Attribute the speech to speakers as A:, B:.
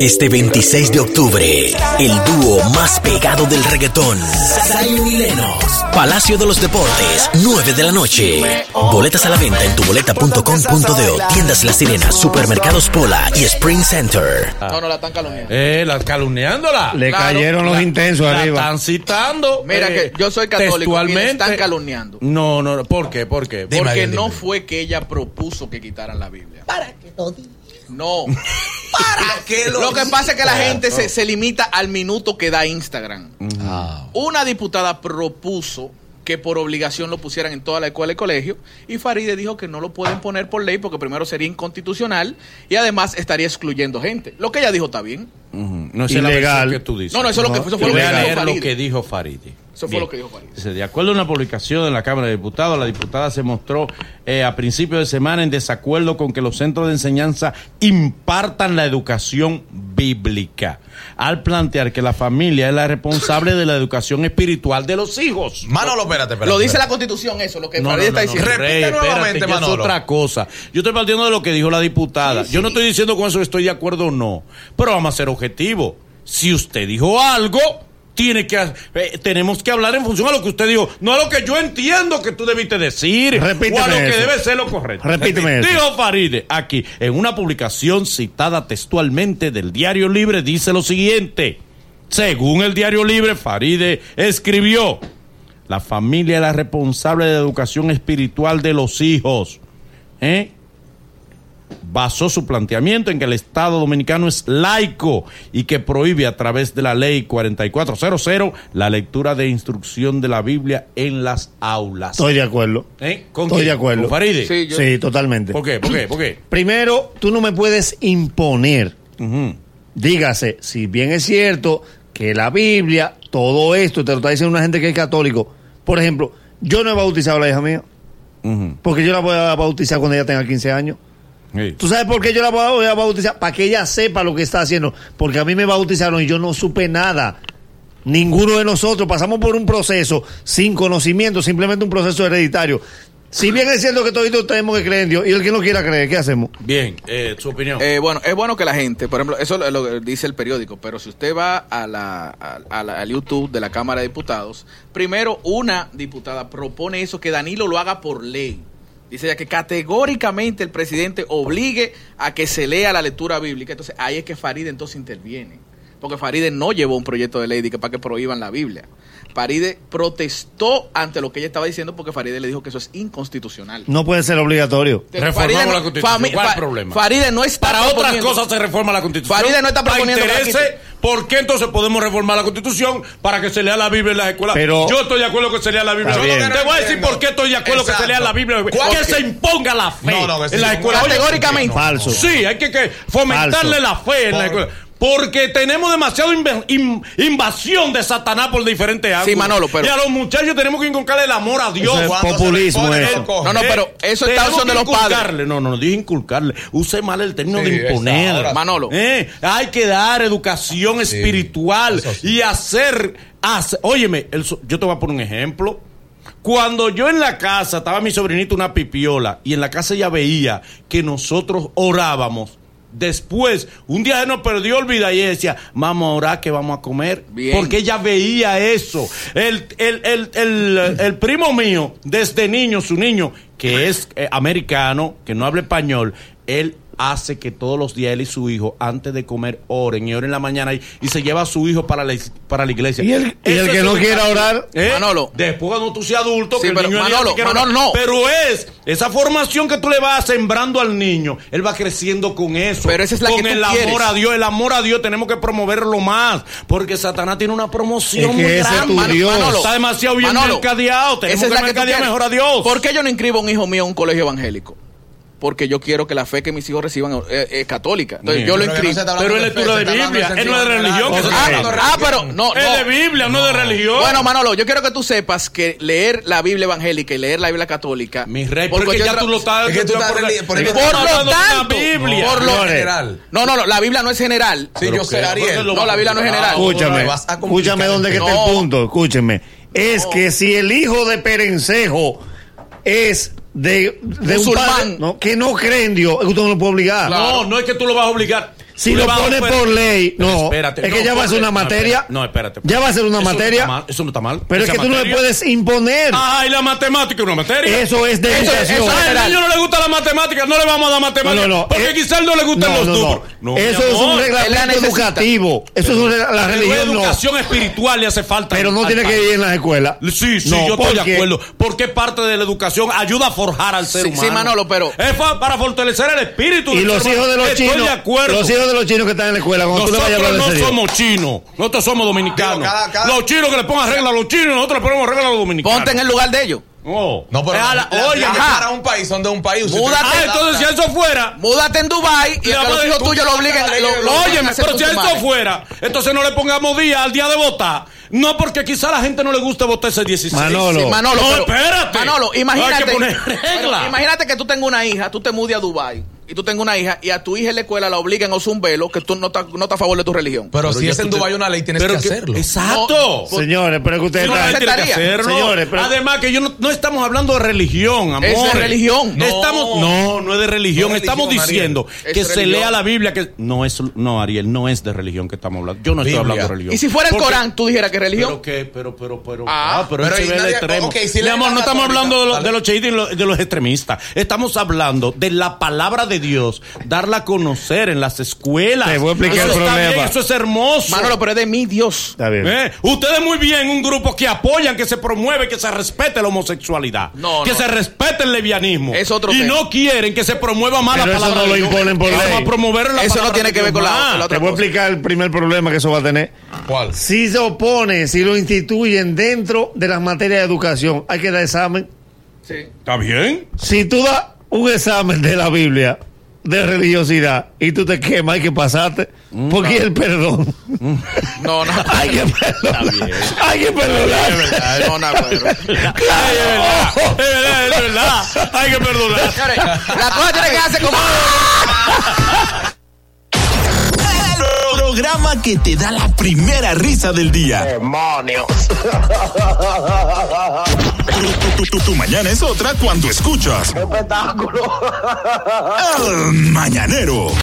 A: Este 26 de octubre, el dúo más pegado del reggaetón, Zion y Lennox, Palacio de los Deportes, 9 de la noche. Boletas a la venta en tuboleta.com.de, tiendas La Sirena, supermercados Pola y Spring Center.
B: No, no la están calumniando.
C: Eh, la, calumniándola.
D: Le
B: Claro,
D: cayeron los
B: la-
D: intensos
C: la
D: arriba.
C: están citando.
B: Mira
C: eh,
B: que yo soy católico y me
C: textualmente.
B: están calumniando.
C: No, no, no, ¿por qué? ¿Por qué?
A: Dime,
B: Porque
A: Ariel,
B: no
A: dime.
B: fue que ella propuso que quitaran la Biblia. ¿Para que lo diga? No. ¿Para que lo que pasa es que la gente se, se limita al minuto que da Instagram. Una diputada propuso que por obligación lo pusieran en toda la escuela y colegio y Faride dijo que no lo pueden poner por ley porque primero sería inconstitucional y además estaría excluyendo gente. Lo que ella dijo está bien.
C: Ujú, No es la
D: Ilegal.
C: versión que tú dices.
B: No, no, eso, es lo que, eso fue lo
C: Yo voy
B: que
C: a
B: dijo
C: leer lo
B: Faride.
C: que dijo Faride.
B: Eso fue
C: Bien.
B: lo que dijo Faride.
C: Dice, de acuerdo a una publicación en la Cámara de Diputados, la diputada se mostró eh, a principios de semana en desacuerdo con que los centros de enseñanza impartan la educación bíblica, al plantear que la familia es la responsable de la educación espiritual de los hijos.
E: Manolo, espérate, espérate.
B: Lo dice
E: espérate.
B: la constitución eso, lo que
C: No, no,
B: Faride
C: no,
B: está
C: no,
B: diciendo.
E: Repite
C: Rey, espérate,
E: nuevamente,
C: ya es
E: Manolo.
C: otra cosa. Yo estoy partiendo de lo que dijo la diputada. Yo no estoy diciendo con eso estoy de acuerdo o no. Pero vamos a ser objetivos. Si usted dijo algo, tiene que ha- eh, tenemos que hablar en función a lo que usted dijo, no a lo que yo entiendo que tú debiste decir
D: Repíteme
C: o a lo que
D: eso.
C: debe ser lo correcto.
D: Repíteme eso.
C: Dijo Faride aquí en una publicación citada textualmente del Diario Libre dice lo siguiente. Según el Diario Libre, Faride escribió la familia es la responsable de la educación espiritual de los hijos. ¿eh? Basó su planteamiento en que el Estado dominicano es laico y que prohíbe a través de la ley 4400 la lectura de instrucción de la Biblia en las aulas.
D: Estoy de acuerdo.
C: ¿Eh? ¿Con
D: Estoy
C: quién?
D: de acuerdo.
C: ¿Con Faride?
B: Sí, yo-
D: Sí, totalmente.
C: ¿Por qué? ¿Por qué? ¿Por qué?
D: Primero, tú no me puedes imponer.
C: Ujú.
D: Dígase, si bien es cierto que la Biblia, todo esto, te lo está diciendo una gente que es católico. Por ejemplo, yo no he bautizado a la hija mía. Porque yo la voy a bautizar cuando ella tenga 15 años.
C: Sí.
D: ¿Tú sabes por qué yo la voy a bautizar? Para que ella sepa lo que está haciendo. Porque a mí me bautizaron y yo no supe nada. Ninguno de nosotros pasamos por un proceso sin conocimiento, simplemente un proceso hereditario. Si bien es cierto que todos tenemos que creer en Dios y el que no quiera creer, ¿qué hacemos?
C: Bien, eh, su opinión.
B: Eh, bueno, es bueno que la gente, por ejemplo, eso lo, lo dice el periódico, pero si usted va a la, a- a la- al YouTube de la Cámara de Diputados, primero una diputada propone eso, que Danilo lo haga por ley. Dice ya que categóricamente el presidente obligue a que se lea la lectura bíblica. Entonces ahí es que Faride entonces interviene. Porque Faride no llevó un proyecto de ley de que para que prohíban la Biblia. Faride protestó ante lo que ella estaba diciendo porque Faride le dijo que eso es inconstitucional.
D: No puede ser obligatorio.
C: Reformamos
B: Faride no-
C: la Constitución,
B: Fami-
C: ¿cuál
B: Fa-
C: problema?
B: Faride no está
C: Para otras
B: proponiendo-
C: cosas se reforma la constitución.
B: Faride no está proponiendo que
C: Para
B: la
C: intereses, ¿por qué entonces podemos reformar la constitución para que se lea la Biblia en las escuelas?
D: Pero-
C: yo estoy de acuerdo que se lea la Biblia.
D: Está
C: Yo no-
D: bien.
C: Te voy a decir por qué estoy de acuerdo que se
E: Exacto.
C: lea la Biblia. Que
E: ¿Cuál?
C: se imponga la fe
E: No, no, que se
C: en las
E: imponga-
C: escuelas. Oye,
B: Categóricamente.
D: Falso.
C: Sí, hay que, que fomentarle
D: Falso.
C: la fe en las
E: Por-
C: escuelas. Porque tenemos demasiado inve- in- invasión de Satanás por diferentes ángulos.
B: Manolo, pero-
C: Y a los muchachos tenemos que inculcarle el amor a Dios.
D: Eso es
E: Cuando se
D: populismo
E: pone,
D: eso.
E: lo coge.
B: No, no, pero eso está
C: Tenemos
B: opción de
C: que
B: los padres.
C: inculcarle. No, no, no dije inculcarle. Use mal el término
E: Sí,
C: de
E: esa,
C: imponer.
E: ahora-
B: Manolo.
C: Eh, hay que dar educación espiritual
E: eso sí.
C: y hacer, hace- óyeme, el so- yo te voy a poner un ejemplo. Cuando yo en la casa estaba mi sobrinito una pipiola y en la casa ella veía que nosotros orábamos. Después, un día se nos perdió olvida y ella decía, vamos a orar que vamos a comer.
B: Bien.
C: Porque ella veía eso. El, el- el- el- el primo mío, desde niño, su niño, que es eh, americano, que no habla español, él hace que todos los días él y su hijo, antes de comer, oren y oren en la mañana y, y se lleva a su hijo para la, is- para la iglesia.
D: Y el- y
C: Eso
D: el
C: es
D: que no
C: educación.
D: quiera orar.
C: ¿Eh?
B: Manolo.
C: Después cuando tú seas adulto,
B: Sí,
C: que el
B: pero
C: niño elija
B: Manolo,
C: si quiere orar.
B: Manolo, no.
C: Pero es esa formación que tú le vas sembrando al niño, él va creciendo con eso.
B: Pero esa es la
C: con
B: que tú
C: el amor
B: quieres.
C: a Dios, el amor a Dios tenemos que promoverlo más, porque Satanás tiene una promoción
D: Es que
C: muy
D: ese es
C: grande.
D: tu Dios.
C: Está demasiado bien mercadeado, tenemos
B: esa es
C: que
B: la tú
C: mercadear
B: quieres.
C: mejor a Dios.
B: ¿Por qué yo no inscribo a un hijo mío a un colegio evangélico? Porque yo quiero que la fe que mis hijos reciban eh, es católica. Entonces
C: Bien.
B: yo lo
E: Pero que no
B: inscribo.
E: se está hablando
C: Pero es
E: de fe, se
C: lectura de
E: está hablando
C: Biblia, él no es de
E: sentido
C: religión.
E: moral.
C: que se
B: Ah,
C: trata.
B: ah, pero no,
C: Es
B: no.
C: de Biblia, no de religión.
B: Bueno, Manolo, yo quiero que tú sepas que leer la Biblia evangélica y leer la Biblia católica.
C: mi rey,
B: por
C: porque
B: cualquier
C: ya
B: otra-
C: tú lo estás...
E: Es que tú estás
C: por la-
E: reli- por
C: tú
E: el-
C: estás
B: Por lo
C: hablando de una
B: tanto,
C: Biblia.
B: por lo
D: Señores.
E: general.
B: No, no, no, la Biblia no es general.
E: Sí, yo sé,
C: ¿Pero qué?
E: Ariel.
B: No, la Biblia no es general.
D: Escúchame,
E: Ahora vas a complicar
D: escúchame
E: el
D: dónde que
E: tema.
D: está el
B: No.
D: punto, escúchame. Es que si el hijo de Perencejo es de, de un
B: Musulmán.
D: padre ¿no? que no cree en Dios, usted no lo puede obligar.
C: No, no es que tú lo vas a obligar.
D: Si
C: Tú
D: lo
C: le vas a
D: pone
C: ofertar-
D: por ley,
C: pues. Pero
D: no.
C: espérate,
D: es que
C: no,
D: ya va a ser
C: ponle-
D: una
C: no,
D: materia.
C: espérate, No, espérate. pues.
D: Ya va a ser una
C: Eso no está
D: materia.
C: mal, Eso no está mal.
D: Pero es
C: Esa
D: que tú no le
C: materia-
D: puedes imponer.
C: Ay, Ah, la matemática es una materia.
D: Eso es
C: Eso-
D: dedicación.
C: eso-
B: es
C: al
B: literal.
C: niño no le gusta la matemática, no le vamos a dar matemática.
D: No, no, no.
C: Porque
D: Eh,
C: quizás no le gustan
D: no,
C: los
D: no, no.
C: números. No,
D: Eso
C: mi
D: es un
C: amor.
B: Él la
D: reglamento
B: necesita.
D: educativo. Eso es un regla- la
C: Pero
D: religión no.
C: educación espiritual le hace falta.
D: Pero no
C: al
D: tiene que
C: país.
D: ir en las escuelas.
C: Sí, sí,
D: No,
C: yo estoy
D: porque-
C: de acuerdo. Porque parte de la educación ayuda a forjar al ser
B: Sí,
C: humano.
B: sí, Manolo, pero-
C: Es fa- para fortalecer el espíritu.
D: Y
C: del
D: los
C: ser
D: hijos de
C: humano.
D: los
C: Estoy
D: chinos.
C: de acuerdo.
D: Los hijos de los chinos que están en la escuela. Cuando tú le vayas a
C: Nosotros
D: hablar en
C: no
D: serio.
C: somos chinos, nosotros somos dominicanos.
E: Digo, cada- cada-
C: Los chinos que le pongan regla a los chinos, nosotros le ponemos regla a los dominicanos.
B: Ponte en el lugar de ellos.
C: No,
E: No, pero
C: Es a la-
E: la-
C: oye,
E: las
C: ajá.
E: reglas para un país son de un país. Usted-
B: Múdate.
C: Ah, entonces si eso fuera.
B: Múdate en Dubai y
C: le
B: a que
C: vamos a
B: los
C: decir,
B: hijos tuyos lo obliguen.
E: tú-
B: Lo, lo
E: Óyeme,
B: obliguen a
C: Óyeme,
B: hacer
C: pero si
B: con tu
C: eso
B: madre.
C: fuera, entonces no le pongamos día al día de votar. No, porque quizá a la gente no le guste votar ese 16.
D: Manolo.
B: Sí, Manolo,
C: No,
B: pero-
C: espérate.
B: Manolo,
C: Hay
B: imagínate.
C: que poner regla.
B: Imagínate que tú tengas una hija, tú te mudes a Dubai y tú tengas una hija y a tu hija en la escuela la obligan a usar un velo que tú no estás no estás a favor de tu religión.
E: Pero, si
C: ya
E: es en
C: tú te-
E: Dubái una ley, tienes
C: Pero
E: que, hacerlo.
C: Exacto.
B: No,
D: Señores, pero es que ustedes
C: Tú no
D: están-
B: la
C: tienes que
B: aceptaría.
C: hacerlo.
D: Señores, pero-
C: Además que yo no, no estamos hablando de religión, amor.
B: Es de religión.
C: No, estamos, no, no es de religión.
E: No es
C: estamos
E: religión,
C: diciendo
B: Ariel.
C: que
B: Es
C: se
B: religión.
C: lea la Biblia. que No, es, no, Ariel, no es de religión que estamos hablando. Yo no
E: Biblia.
C: estoy hablando de religión.
B: Y si fuera el
C: Porque-
B: Corán, tú dijeras que es religión.
C: Pero que, pero, pero, pero.
B: Ah,
C: ah, pero,
E: pero
C: ese
E: ahí
C: es el
E: nadie-
C: extremo.
E: ok, si
C: Mi
E: la
C: amor, no
E: Iglesia
C: estamos
E: Católica,
C: hablando de, lo-
E: dale.
C: de los chiitas y lo- de los extremistas. Estamos hablando de la palabra de Dios, darla a conocer en las escuelas.
D: Te voy a explicar
C: Eso
D: el
C: está
D: problema.
C: bien, eso es hermoso.
B: Manolo, pero es de mi Dios.
D: Está bien.
C: Eh, Ustedes muy bien, un grupo que apoyan, que se promueve, que se respete la homosexualidad,
B: No,
C: que
B: no.
C: se respete el lesbianismo.
B: Es otro
C: y
B: tema.
C: no quieren que se promueva más
D: Pero
C: la
D: eso
C: palabra
D: no
C: de
D: lo
C: Dios.
D: imponen por
C: Vamos
D: ley.
C: a promover la
B: Eso no
C: palabra
B: tiene
C: de
B: que ver
C: Dios
B: con la-
C: más.
B: con la
D: Te
B: otra
D: voy a
B: cosa.
D: explicar el primer problema que eso va a tener.
E: ¿Cuál?
D: Si se opone, si lo instituyen dentro de las materias de educación, hay que dar examen.
B: Sí.
C: ¿Está bien?
D: Si tú das un examen de la Biblia, de religiosidad, y tú te quemas, hay que pasarte. Porque el perdón.
B: No, no.
D: Hay que perdonar. Hay que perdonar.
B: No, no, pero-
C: Ay, es verdad, es verdad, es verdad. Hay que perdonar.
B: Señores, la cosa tiene que hacer como.
F: El programa que te da la primera risa del día. ¡Demonios! Tu, tu, tu, tu mañana es otra cuando escuchas. ¡Espectáculo! El mañanero.